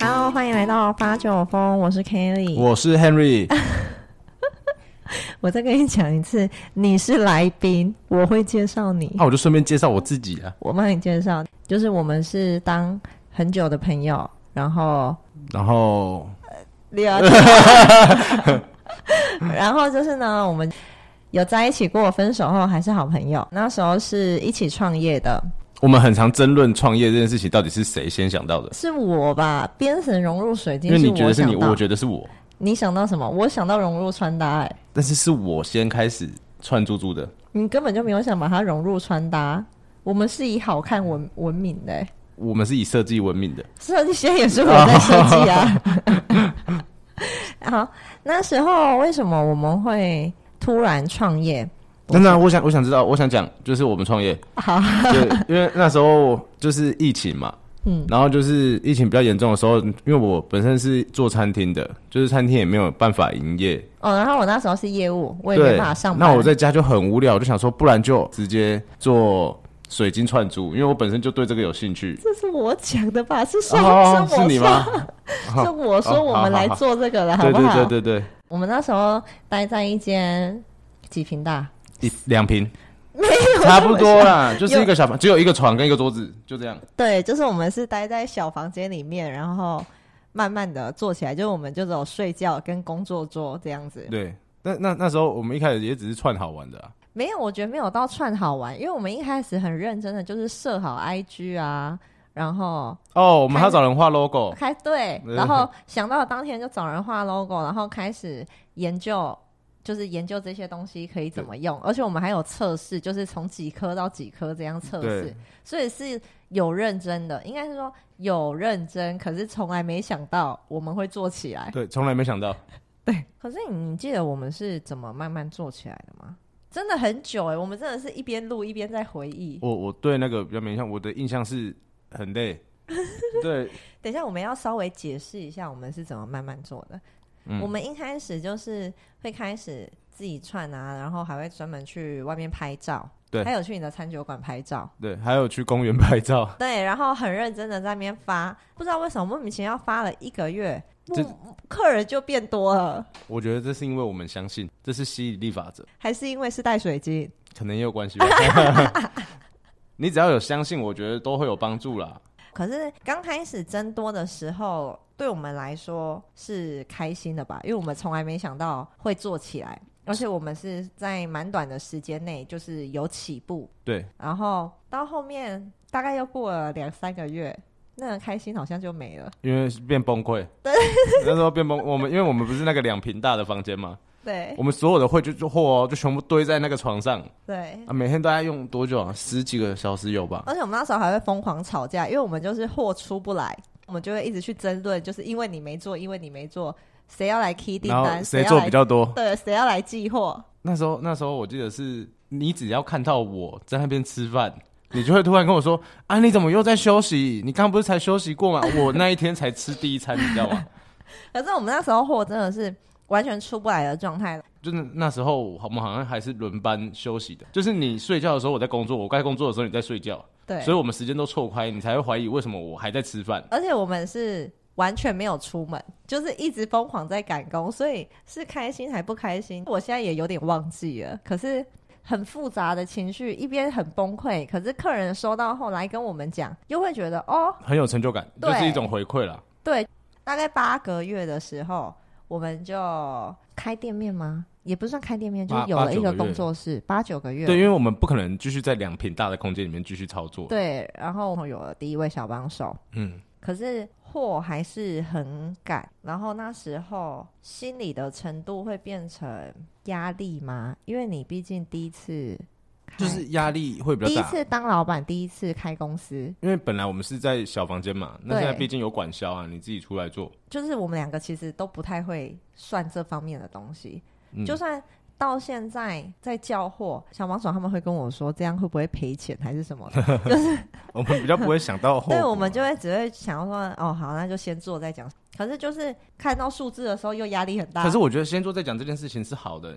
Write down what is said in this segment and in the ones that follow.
来到八九峰，我是 Kelly。我是 Henry，我再跟你讲一次，你是来宾，我会介绍你，啊那我就顺便介绍我自己啊，我帮你介绍。就是我们是当很久的朋友，然后然后聊， 然后就是呢，我们有在一起过，分手后还是好朋友。那时候是一起创业的，我们很常争论创业这件事情到底是谁先想到的，是我吧？编绳融入水晶，因为你觉得是是你，我得觉得是我，你想到什么？我想到融入穿搭、哎，但是是我先开始串珠珠的，你根本就没有想把它融入穿搭。我们是以好看闻闻名的、哎我们是以设计闻名的，设计先也是我哦在设计啊。 好，那时候为什么我们会突然创业？真的啊、我想我想知道，我想讲就是我们创 业，好，对，因为那时候就是疫情嘛，嗯，然后就是疫情比较严重的时候，因为我本身是做餐厅的，就是餐厅也没有办法营业，哦，然后我那时候是业务，我也对，没办法上班。那我在家就很无聊，我就想说，不然就直接做水晶串珠，因为我本身就对这个有兴趣。这是我讲的吧？是上、哦，是我是说你吗？ 是我说我们来做这个了，好对不对好？对对对，我们那时候待在一间几平大，一两瓶没有差不多啦，就是有一个小房，只有一个床跟一个桌子，就这样。对，就是我们是待在小房间里面，然后慢慢的做起来，就是我们就只有睡觉跟工作桌这样子。对，那那那时候我们一开始也只是串好玩的、啊，没有，我觉得没有到串好玩，因为我们一开始很认真的，就是设好 IG 啊，然后哦，我们还要找人画 logo，开对，嗯然后想到当天就找人画 logo，然后开始研究，就是研究这些东西可以怎么用，而且我们还有测试，就是从几颗到几颗这样测试对，所以是有认真的，应该是说有认真，可是从来没想到我们会做起来。对，从来没想到，对，可是你你记得我们是怎么慢慢做起来的吗？真的很久哎、我们真的是一边录一边在回忆。我我对那个比较没印象，我的印象是很 累，对，等一下，我们要稍微解释一下我们是怎么慢慢做的。嗯我们一开始就是会开始自己串啊，然后还会专门去外面拍照，对还有去你的餐酒馆拍照，对，还有去公园拍照，对，然后很认真的在那边发，不知道为什么莫名其妙发了一个月，这不客人就变多了，我觉得这是因为我们相信，这是吸引力法则。还是因为是带水晶？可能也有关系吧。 你只要有相信，我觉得都会有帮助啦。可是刚开始增多的时候，对我们来说是开心的吧？因为我们从来没想到会做起来，而且我们是在蛮短的时间内就是有起步，对，然后到后面大概又过了两三个月，那个开心好像就没了。因为变崩溃，那时候变崩，我们因为我们不是那个两平大的房间嘛，对嗯我们所有的会就就货哦，就全部堆在那个床上对，啊，每天大概用多久啊？十几个小时有吧？而且我们那时候还会疯狂吵架，因为我们就是货出不来，我们就会一直去争论，就是因为你没做，因为你没做，谁要来 key 订然后单，谁要做来比较多？对，谁要来寄货。那时候那时候我记得是你只要看到我在那边吃饭。你就会突然跟我说：“啊，你怎么又在休息？你刚不是才休息过吗？我那一天才吃第一餐，你知道吗？可是我们那时候货真的是完全出不来的状态，就是那时候，我们好像还是轮班休息的。就是你睡觉的时候，我在工作；我该工作的时候，你在睡觉。对，所以我们时间都错开，你才会怀疑为什么我还在吃饭。而且我们是完全没有出门，就是一直疯狂在赶工，所以是开心还不开心，我现在也有点忘记了。可是很复杂的情绪，一边很崩溃，可是客人收到后来跟我们讲，又会觉得哦，很有成就感，对就是一种回馈啦。对，大概八个月的时候，我们就开店面吗？也不算开店面，就八是有八了九一个个月工作室，八九个月，对，因为我们不可能继续在两平大的空间里面继续操作。，对，然后有了第一位小帮手，嗯，可是货还是很赶，然后那时候心理的程度会变成压力吗？因为你毕竟第一次开，就是压力会比第较一大。次当老板，第一次开公司，因为本来我们是在小房间嘛，那对现在毕竟有管销啊，你自己出来做，就是我们两个其实都不太会算这方面的东西，嗯就算。到现在在叫货，小王总他们会跟我说，这样会不会赔钱还是什么的？ 我们比较不会想到后果嘛。 啊对，我们就会只会想要说，哦，好，那就先做再讲。可是就是看到数字的时候，又压力很大。可是我觉得先做再讲这件事情是好的，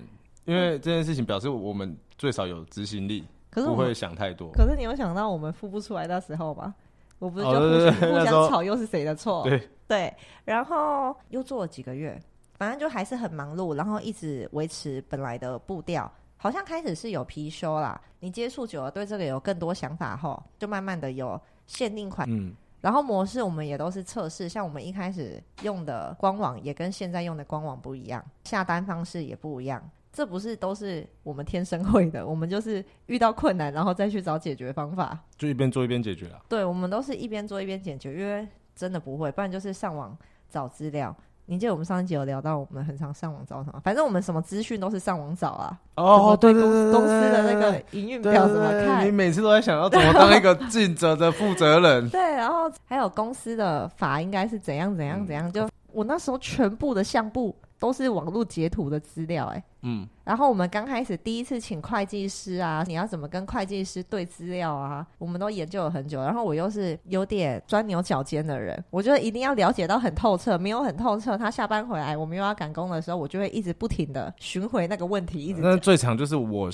因为这件事情表示我们最少有执行力，可是我不们会想太多。可是你有想到我们付不出来的时候吗？我不是就哦互对对相对互那时相候吵，又是谁的错？对，对，然后又做了几个月，反正就还是很忙碌，然后一直维持本来的步调。好像开始是有貔貅啦，你接触久了，对这个有更多想法后，就慢慢的有限定款。嗯，然后模式我们也都是测试，像我们一开始用的官网也跟现在用的官网不一样，下单方式也不一样。这不是都是我们天生会的，我们就是遇到困难，然后再去找解决方法。就一边做一边解决啊。对，我们都是一边做一边解决，因为真的不会，不然就是上网找资料。你记得我们上一集有聊到，我们很常上网找什么？反正我们什么资讯都是上网找啊。什么哦，对对公对，对公司的那对个营运对表对怎么对看你？每次都在想要怎么当一个尽责的负 责人。对，然后还有公司的法应该是怎样怎样怎样。就我那时候全部的项目都是网络截图的资料、哎。嗯，然后我们刚开始第一次请会计师啊，你要怎么跟会计师对资料啊？我们都研究了很久。然后我又是有点钻牛角尖的人，我觉得一定要了解到很透彻，没有很透彻，他下班回来我们又要赶工的时候，我就会一直不停的巡回那个问题，一直那最长就是我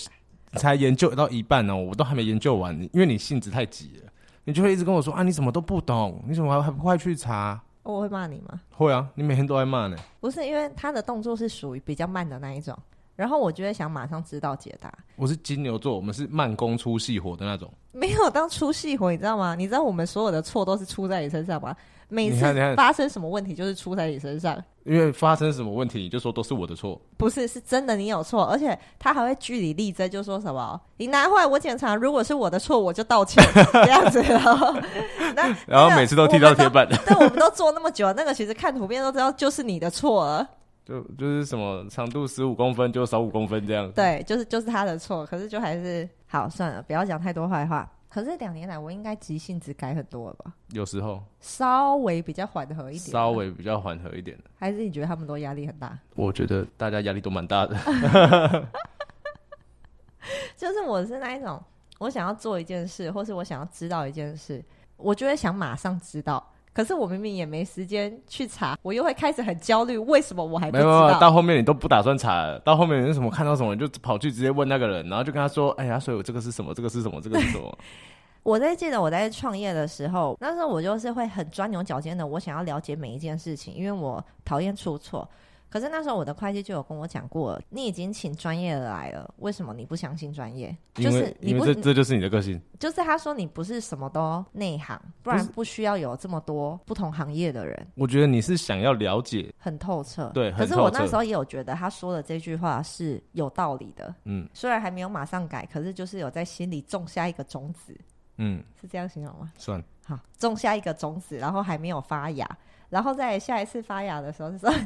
才研究到一半呢、我都还没研究完，因为你性子太急了，你就会一直跟我说啊，你怎么都不懂，你怎么还还不快去查？哦我会骂你吗？会啊，你每天都在骂呢。不是，因为他的动作是属于比较慢的那一种，然后我就会想马上知道解答。我是金牛座，我们是慢工出细活的那种。没有到出细活，你知道吗？你知道我们所有的错都是出在你身上吗？每你次看你看发生什么问题就是出在你身上，因为发生什么问题，你就说都是我的错。不是是真的你有错，而且他还会据理力争，就说什么你拿回来我检查，如果是我的错我就道 歉这样子，然后那然后每次都踢到铁， 板，那个我们都对，我们都做那么久，那个其实看图片都知道就是你的错了，就就是什么长度十五公分就少五公分这样。，对，就是就是他的错，可是就还是好算了，不要讲太多坏话。可是两年来我应该急性子改很多了吧，有时候稍微比较缓和一点，稍微比较缓和一点的，还是你觉得他们都压力很大？我觉得大家压力都蛮大的。就是我是那一种，我想要做一件事，或是我想要知道一件事，我就会想马上知道。可是我明明也没时间去查，我又会开始很焦虑，为什么我还不没知有没有，道？到后面你都不打算查了，到后面你什么看到什么你就跑去直接问那个人，然后就跟他说：“哎呀，所以我这个是什么？这个是什么？这个是什么我在记得我在创业的时候，那时候我就是会很钻牛角尖的，我想要了解每一件事情，因为我讨厌出错。可是那时候我的会计就有跟我讲过，你已经请专业的来了，为什么你不相信专业？？” 就因是为你因不为这这就是你的个性，就是他说你不是什么都内行，不然不需要有这么多不同行业的人，我觉得你是想要了解，很透彻。对可是很透我彻那时候也有觉得他说的这句话是有道理的，嗯虽然还没有马上改，可是就是有在心里种下一个种子，嗯，是这样形容吗？算了好，种下一个种子，然后还没有发芽，然后在下一次发芽的时候就说，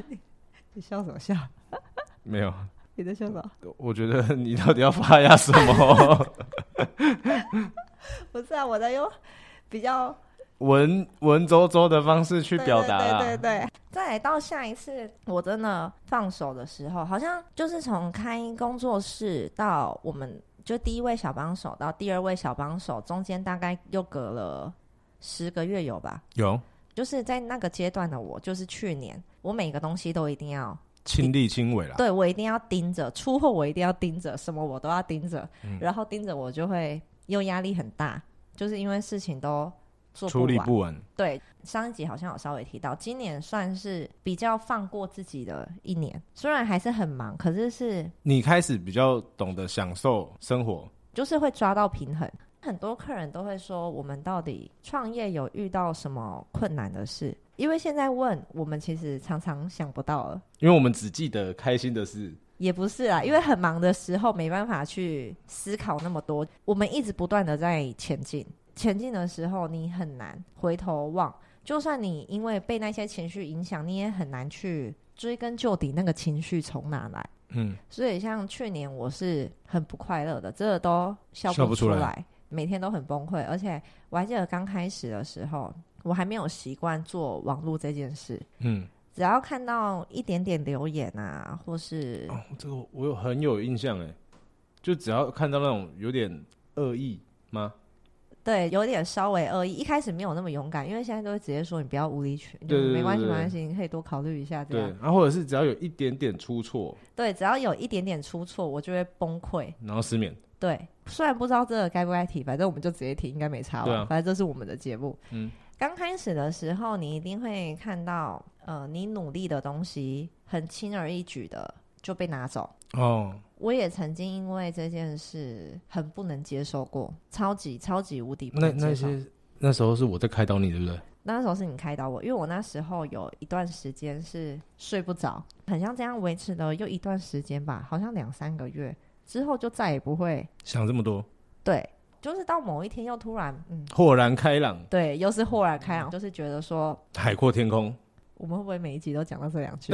你笑什么笑？没有。你在笑什么？我觉得你到底要发压什 么？不是啊，我在用比较文文绉绉的方式去对表达啦。对对对对再来到下一次我真的放手的时候，好像就是从开工作室到我们就第一位小帮手到第二位小帮手中间大概又隔了十个月有吧。有就是在那个阶段的我，就是去年，我每个东西都一定要亲力亲为啦。对我一定要盯着，出货我一定要盯着，什么我都要盯着，然后盯着我就会又压力很大，就是因为事情都做处不理完。不完，对，上一集好像有稍微提到，今年算是比较放过自己的一年，虽然还是很忙，可是是你开始比较懂得享受生活，就是会抓到平衡。很多客人都会说，我们到底创业有遇到什么困难的事？因为现在问我们，其实常常想不到了。因为我们只记得开心的事。也不是啦，因为很忙的时候没办法去思考那么多，我们一直不断的在前进，前进的时候你很难回头望，就算你因为被那些情绪影响，你也很难去追根究底那个情绪从哪来。嗯，所以像去年我是很不快乐的，这都笑笑不出出来每天都很崩溃，而且我还记得刚开始的时候，我还没有习惯做网络这件事。嗯，只要看到一点点留言啊，或是哦，这个我我有很有印象哎，就只要看到那种有点恶意吗？对，有点稍微恶意。一开始没有那么勇敢，因为现在都会直接说你不要无理取闹，对对对没关系，对没对关系，你可以多考虑一下这对啊样。，然后或者是只要有一点点出错，对，只要有一点点出错，我就会崩溃。然后失眠，对，虽然不知道这个该不该提，反正我们就直接提，应该没差吧？对啊反正这是我们的节目。嗯，刚开始的时候，你一定会看到，呃，你努力的东西很轻而易举的就被拿走。哦，我也曾经因为这件事很不能接受过，超级超级无敌不那能那接受。些那时候是我在开导你，对不对？那时候是你开导我，因为我那时候有一段时间是睡不着，很像这样维持了又一段时间吧，好像两三个月之后就再也不会想这么多，对，就是到某一天又突然嗯，豁然开朗，对，又是豁然开朗，就是觉得说海阔天空。我们会不会每一集都讲到这两句？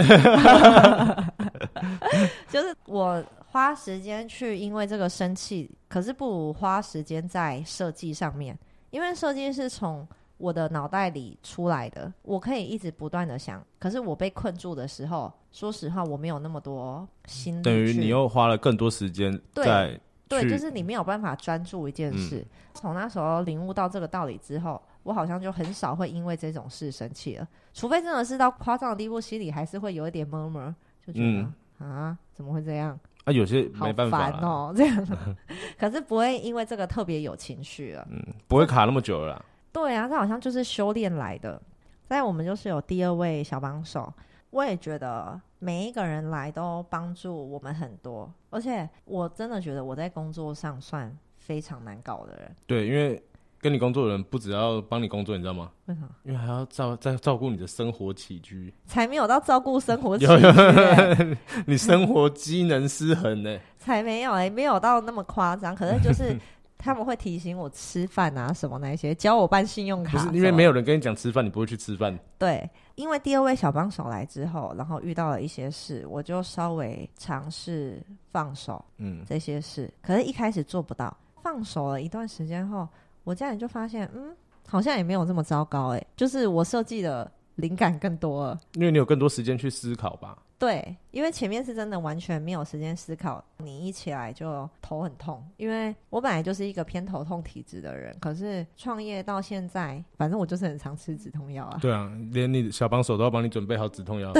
就是我花时间去因为这个生气，可是不如花时间在设计上面，因为设计是从我的脑袋里出来的，我可以一直不断的想，可是我被困住的时候，说实话，我没有那么多心力等于去你又花了更多时间对在嗯对，去嗯就是你没有办法专注一件事。从、那时候领悟到这个道理之后，我好像就很少会因为这种事生气了，除非真的是到夸张的地步，心里还是会有一点 murmur，就觉得、啊，怎么会这样？啊，有些好嗯没办法烦啦，哦、这样。 可是不会因为这个特别有情绪了。不会卡那么久了啦。对啊，这好像就是修炼来的。再来我们就是有第二位小帮手，我也觉得每一个人来都帮助我们很多，而且我真的觉得我在工作上算非常难搞的人。对，因为跟你工作的人不只要帮你工作，你知道吗？为什么？因为还要照在照顾你的生活起居，才没有到照顾生活起有居、有欸， 你生活机能失衡呢、欸才没有哎、没有到那么夸张。可是就是 他们会提醒我吃饭啊什么那一些，教我办信用卡不什是么，因为没有人跟你讲吃饭，你不会去吃饭。对，因为第二位小帮手来之后，然后遇到了一些事，我就稍微尝试放手。嗯，这些事，可是一开始做不到。放手了一段时间后，我家人就发现，嗯，好像也没有这么糟糕、欸，就是我设计的灵感更多了。因为你有更多时间去思考吧。对，因为前面是真的完全没有时间思考，你一起来就头很痛。因为我本来就是一个偏头痛体质的人，可是创业到现在，反正我就是很常吃止痛药啊，对啊，连你的小帮手都要帮你准备好止痛药。我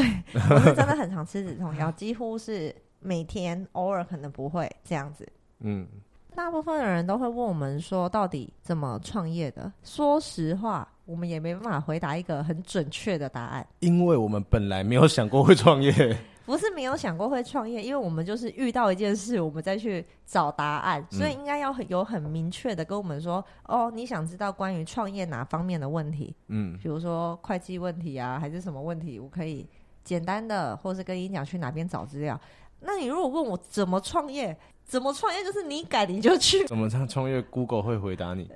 是真的很常吃止痛药，几乎是每天，偶尔可能不会这样子。嗯，大部分的人都会问我们说，到底怎么创业的？说实话，我们也没办法回答一个很准确的答案。因为我们本来没有想过会创业， 不是没有想过会创业，因为我们就是遇到一件事，我们再去找答案，嗯所以应该要很有很明确的跟我们说，哦，你想知道关于创业哪方面的问题，嗯，比如说会计问题啊，还是什么问题，我可以简单的，或是跟你讲去哪边找资料。那你如果问我怎么创业，怎么创业就是你改你就去怎么样创业？Google 会回答呃你。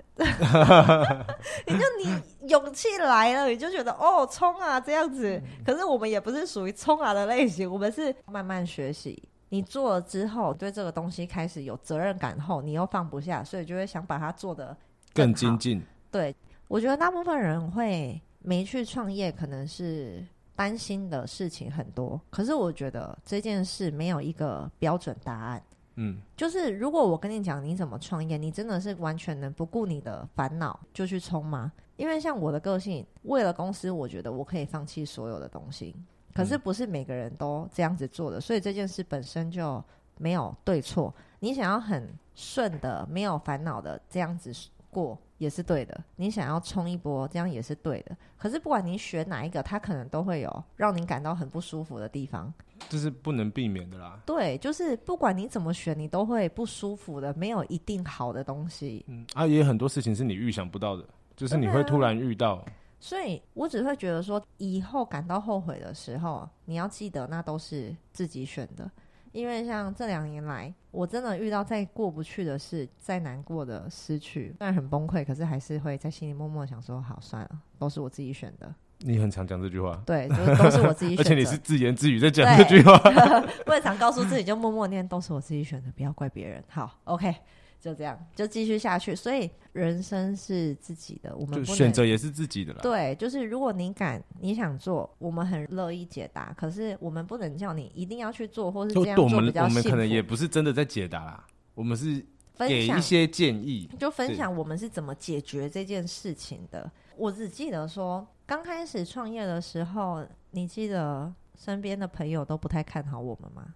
你就你勇气来了，你就觉得哦冲啊这样子。可是我们也不是属于冲啊的类型，我们是慢慢学习。你做了之后，对这个东西开始有责任感后，你又放不下，所以就会想把它做的更精。进。对，我觉得大部分人会没去创业，可能是担心的事情很多。可是我觉得这件事没有一个标准答案。嗯，就是如果我跟你讲你怎么创业，你真的是完全能不顾你的烦恼就去冲吗？因为像我的个性，为了公司，我觉得我可以放弃所有的东西。可是不是每个人都这样子做的，所以这件事本身就没有对错。你想要很顺的、没有烦恼的这样子过也是对的，你想要冲一波这样也是对的。可是不管你选哪一个，它可能都会有让你感到很不舒服的地方。这是不能避免的啦。对，就是不管你怎么选，你都会不舒服的，没有一定好的东西。嗯，啊，也有很多事情是你预想不到的，就是你对会啊突然遇到。所以我只会觉得说，以后感到后悔的时候，你要记得那都是自己选的。因为像这两年来，我真的遇到再过不去的事，再难过的失去，虽然很崩溃，可是还是会在心里默默想说：好，算了，都是我自己选的。你很常讲这句话，对，就是都是我自己选 而且你择是。自言自语在讲这句话。 我也常告诉自己，就默默念，都是我自己选的，不要怪别人。好，OK，就这样，就继续下去。所以人生是自己的，我们就不能选择也是自己的啦。对，就是如果你敢，你想做，我们很乐意解答。可是我们不能叫你一定要去做，或是就这对样我做们比较我们幸可能也福。不是真的在解答啦，我们是分给享一些建议。就分享我们是怎么解决这件事情的。我只记得说，刚开始创业的时候，你记得身边的朋友都不太看好我们吗？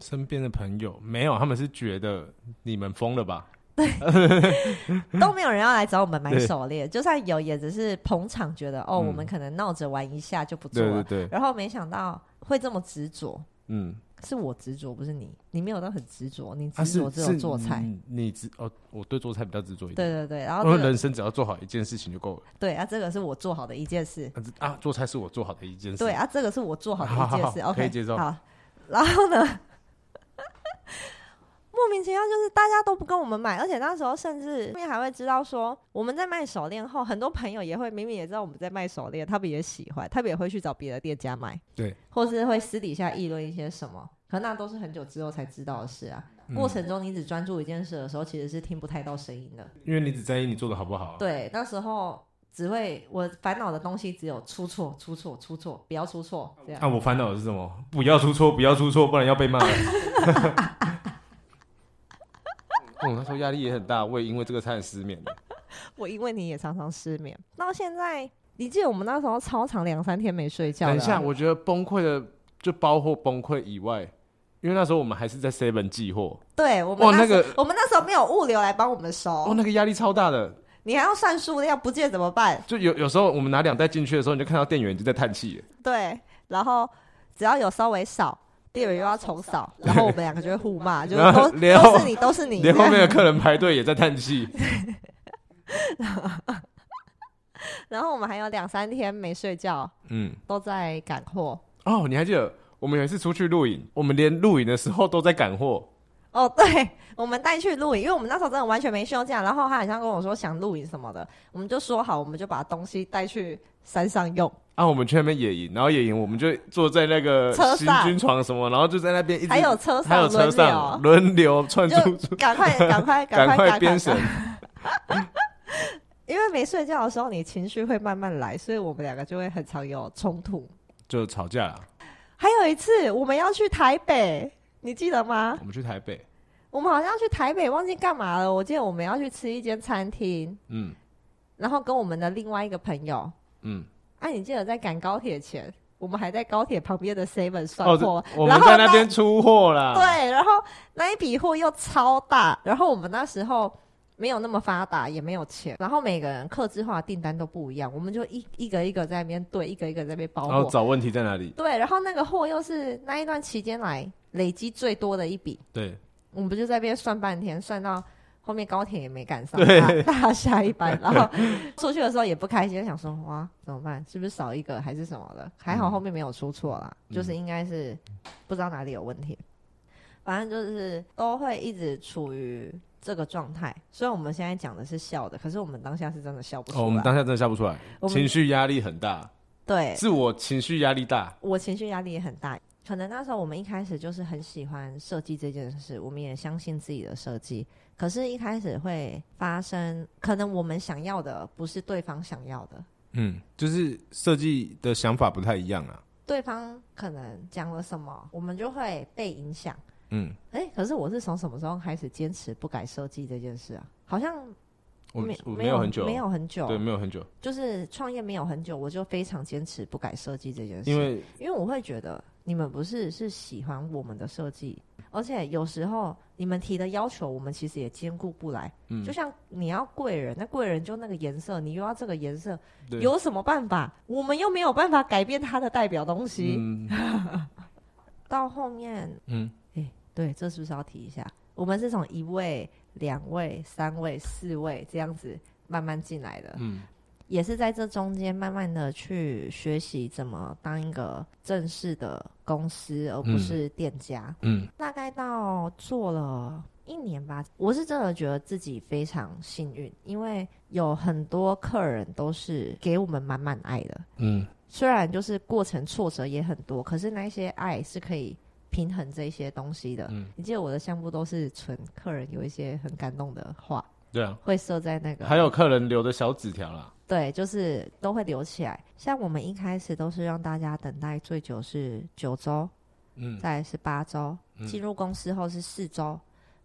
身边的朋友没有，他们是觉得你们疯了吧？ 都没有人要来找我们买手链，就算有，也只是捧场，觉得哦，嗯我们可能闹着玩一下就不做啊对了对。对，然后没想到会这么执着，嗯，是我执着，不是你。你没有到很执着，你啊执着只有做菜。，是你你执哦，我对做菜比较执着一对点。对对，然后、我这说个、人生只要做好一件事情就够了。对啊，这个是我做好的一件事。啊这啊，做菜是我做好的一件事。对，啊，这个是我做好的一件事。好好好 OK，可以接受好，然后呢， 莫名其妙就是大家都不跟我们买，而且那时候甚至后面还会知道说我们在卖手链后，很多朋友也会明明也知道我们在卖手链，他们也喜欢，他们也会去找别的店家买，对，或是会私底下议论一些什么。可那都是很久之后才知道的事啊。嗯过程中你只专注一件事的时候，其实是听不太到声音的。因为你只在意你做的好不好。，对，啊那时候只会我烦恼的东西只有出错、出错、出错，不要出错这样。啊，我烦恼的是什么？不要出错，不要出错，不然要被骂。 我嗯那时候压力也很大，我也因为这个差点失眠了。我因为你也常常失眠，到现在，你记得我们那时候超长两三天没睡觉、啊。等一下，，我觉得崩溃的就包括崩溃以外，因为那时候我们还是在 Seven 寄货，对我们哇那时候、那个我们那时候没有物流来帮我们收，哦，那个压力超大的。你还要算数量，不见怎么办？就有有时候我们拿两袋进去的时候，你就看到店员已经在叹气了。对，然后只要有稍微少。店员又要重扫，然后我们两个就会互骂，就是都然后都是你，都是你。连后面的客人排队也在叹气。 然后我们还有两三天没睡觉，嗯，都在赶货。哦，你还记得我们有一次出去露营，我们连露营的时候都在赶货。哦，对，我们带去露营，因为我们那时候真的完全没休假，然后他好像跟我说想露营什么的，我们就说好，我们就把东西带去山上用，啊，我们去那边野营，然后野营我们就坐在那个车行上军床什么，然后就在那边一直还有车还上有车轮流，上轮流串珠珠，就赶快赶 快赶快赶编绳。因为没睡觉的时候你情绪会慢慢来，所以我们两个就会很常有冲突。就吵架了。还有一次我们要去台北，你记得吗？我们去台北，我们好像去台北忘记干嘛了，我记得我们要去吃一间餐厅，嗯然后跟我们的另外一个朋友，嗯，哎、你记得在赶高铁前，我们还在高铁旁边的 Seven 算哦，货，这我然们后在那边出货啦。对，然后那一笔货又超大，然后我们那时候没有那么发达，也没有钱，然后每个人客制化订单都不一样，我们就一一个一个在那边对，一个一个在那边包然货后，找问题在哪里？对，然后那个货又是那一段期间来累积最多的一笔，对，我们不就在那边算半天，算到后面高铁也没赶上，对大 大下一 班，然后出去的时候也不开心，想说哇怎么办，是不是少一个还是什么的？还好后面没有出错啦，嗯就是应该是不知道哪里有问题，反正就是都会一直处于。这个状态，虽然我们现在讲的是笑的，可是我们当下是真的笑不出来。哦，我们当下真的笑不出来，我们情绪压力很大，对是我情绪压力大。我情绪压力也很大。可能那时候我们一开始就是很喜欢设计这件事，我们也相信自己的设计。可是，一开始会发生，可能我们想要的不是对方想要的，嗯，就是设计的想法不太一样啊。对方可能讲了什么，我们就会被影响。嗯，哎、可是我是从什么时候开始坚持不改设计这件事啊？好像我没我没没有很久，啊没有很久对，，没有很久，就是创业没有很久，我就非常坚持不改设计这件事。因为因为我会觉得你们不是是喜欢我们的设计，而且有时候你们提的要求，我们其实也兼顾不来。嗯就像你要贵人，那贵人就那个颜色，你又要这个颜色，对有什么办法？我们又没有办法改变它的代表东西。嗯到后面，嗯，对，这是不是要提一下？我们是从一位、两位、三位、四位这样子慢慢进来的，嗯，也是在这中间慢慢的去学习怎么当一个正式的公司，而不是店家。嗯大概到做了一年吧，我是真的觉得自己非常幸运，因为有很多客人都是给我们满满爱的。嗯，虽然就是过程挫折也很多，可是那些爱是可以平衡这些东西的。嗯你记得我的项目都是纯客人有一些很感动的话，对啊，会设在那个还有客人留的小纸条啦，对，就是都会留起来。像我们一开始都是让大家等待最久是九周，嗯再来是八周，嗯进入公司后是四周。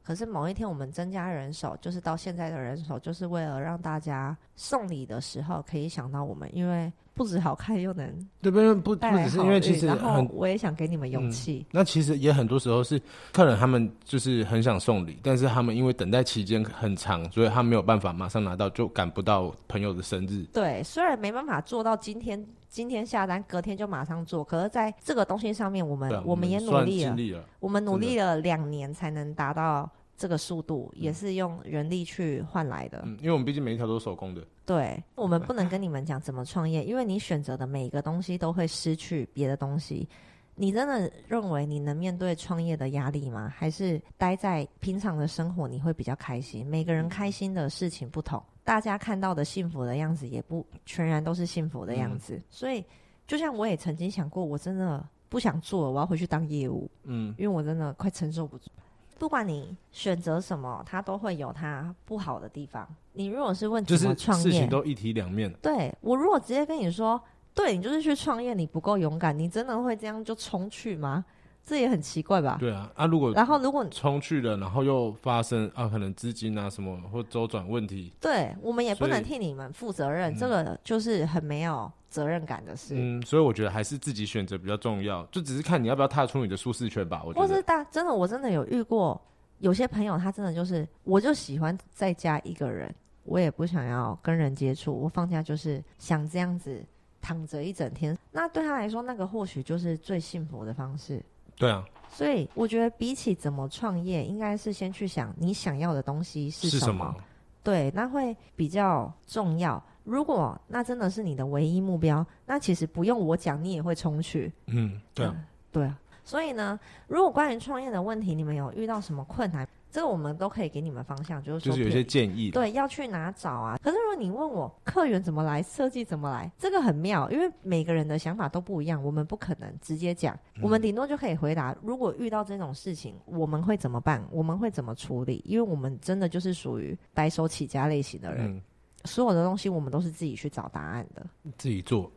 可是某一天我们增加人手，就是到现在的人手，就是为了让大家送礼的时候可以想到我们，因为不止好看，又能对不对？不带不来只是好因为其运。实然后很嗯我也想给你们勇气。那其实也很多时候是客人他们就是很想送礼，但是他们因为等待期间很长，所以他没有办法马上拿到，就赶不到朋友的生日。对，虽然没办法做到今天，今天下单，隔天就马上做，可是在这个东西上面，我们、对啊，我们也努算力了尽，力了。我们努真的嗯力了两年才能达到这个速度，也是用人力去换来的。嗯，因为我们毕竟每一条都是手工的，对我们不能跟你们讲怎么创业，因为你选择的每一个东西都会失去别的东西。你真的认为你能面对创业的压力吗？还是待在平常的生活你会比较开心？每个人嗯开心的事情不同，大家看到的幸福的样子也不全然都是幸福的样子。嗯所以，就像我也曾经想过，我真的不想做了，我要回去当业务。嗯，因为我真的快承受不住。不管你选择什么，它都会有它不好的地方。你如果是问就怎是么创事业，啊情都一体两面。对我如果直接跟你说，对你就是去创业，你不够勇敢，你真的会这样就冲去吗？这也很奇怪吧。对啊，啊，如果然后如果你冲去了，然后又发生啊，可能资金啊什么或周转问题，对我们也不所以能替你们负责任，嗯这个就是很没有责任感的事。嗯，所以我觉得还是自己选择比较重要，就只是看你要不要踏出你的舒适圈吧。我觉或是得，大真的，我真的有遇过有些朋友，他真的就是，我就喜欢在家一个人，我也不想要跟人接触，我放假就是想这样子躺着一整天。那对他来说，那个或许就是最幸福的方式。对啊，所以我觉得，比起怎么创业，应该是先去想你想要的东西是是什什么么？对，那会比较重要。如果那真的是你的唯一目标，那其实不用我讲，你也会冲去。嗯，对啊，对啊，所以呢，如果关于创业的问题，你们有遇到什么困难，这个我们都可以给你们方向，就是就说是有一比些建议。对要去哪找啊。可是如果你问我客源怎么来，设计怎么来，这个很妙，因为每个人的想法都不一样，我们不可能直接讲，嗯我们顶多就可以回答，如果遇到这种事情，我们会怎么办，我们会怎么处理，因为我们真的就是属于白手起家类型的人，嗯，所有的东西我们都是自己去找答案的。自己做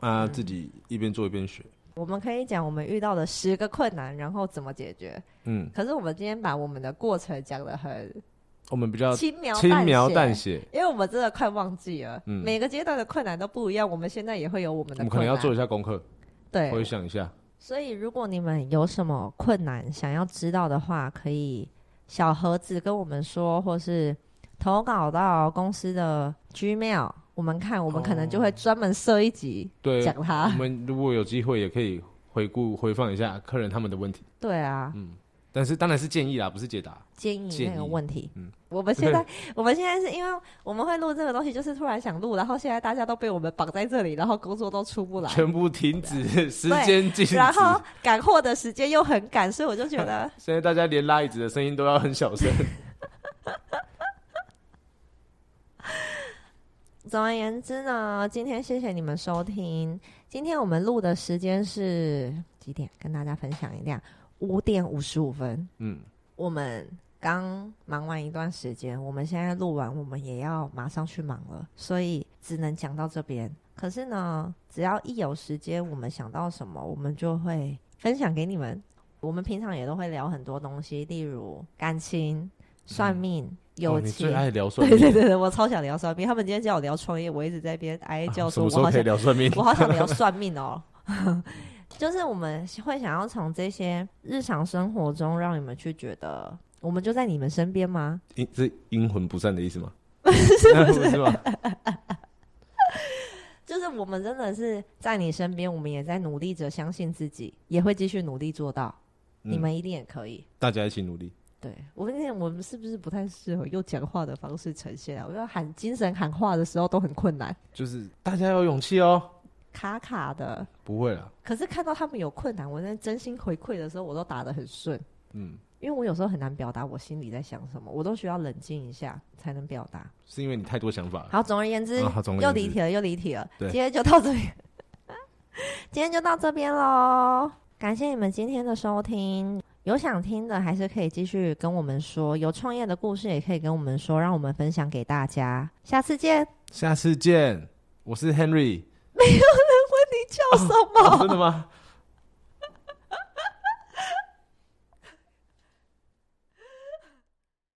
啊，嗯自己一边做一边学。我们可以讲我们遇到的十个困难，然后怎么解决。嗯，可是我们今天把我们的过程讲得很我们比较轻描呃轻描淡淡写，因为我们真的快忘记了，嗯每个阶段的困难都不一样。我们现在也会有我们的困我们难，可能要做一下功课，回对。想一下。所以如果你们有什么困难想要知道的话，可以小盒子跟我们说，或是投稿到公司的 Gmail，我们看，我们可能就会哦专门设一集对，讲它。我们如果有机会也可以回顾回放一下客人他们的问题，对啊，但是当然是建议啦，不是解答。建议那建个议问题。嗯我们现 在我们现在是因为我们会录这个东西，就是突然想录，然后现在大家都被我们绑在这里，然后工作都出不来，全部停止，时间静止。然后赶货的时间又很赶，所以我就觉得现在大家连拉椅子的声音都要很小 声。总而言之呢，今天谢谢你们收听。今天我们录的时间是几点？跟大家分享一下，五点五十五分。嗯，我们刚忙完一段时间，我们现在录完，我们也要马上去忙了，所以只能讲到这边。可是呢，只要一有时间，我们想到什么，我们就会分享给你们。我们平常也都会聊很多东西，例如感情、算命、友哦你情。最爱聊算 对命，对对对，我超想聊算命。他们今天叫我聊创业，我一直在边哀啊叫什说，么时我候好可以想聊算命？我好想 聊算命哦。 就是我们会想要从这些日常生活中，让你们去觉得我们就在你们身边吗？阴是阴魂不散的意 思吗？不是吧？就是我们真的是在你身边，我们也在努力着，相信自己，也会继续努力做到。嗯你们一定也可以。大家一起努力。对我跟你讲，我们是不是不太适合用讲话的方式呈现啊？我要喊精神喊话的时候都很困难，就是大家要有勇气哦。卡卡的。不会啦，可是看到他们有困难，我在真心回馈的时候，我都打得很顺。嗯，因为我有时候很难表达我心里在想什么，我都需要冷静一下才能表达。是因为你太多想法了。好，总而言之，啊好总而言之又离题了，又离题了。对今天就到这边， 今天就到这边喽。感谢你们今天的收听，有想听的还是可以继续跟我们说，有创业的故事也可以跟我们说，让我们分享给大家。下次见。下次见，我是 Henry。你叫什么？哦真的吗？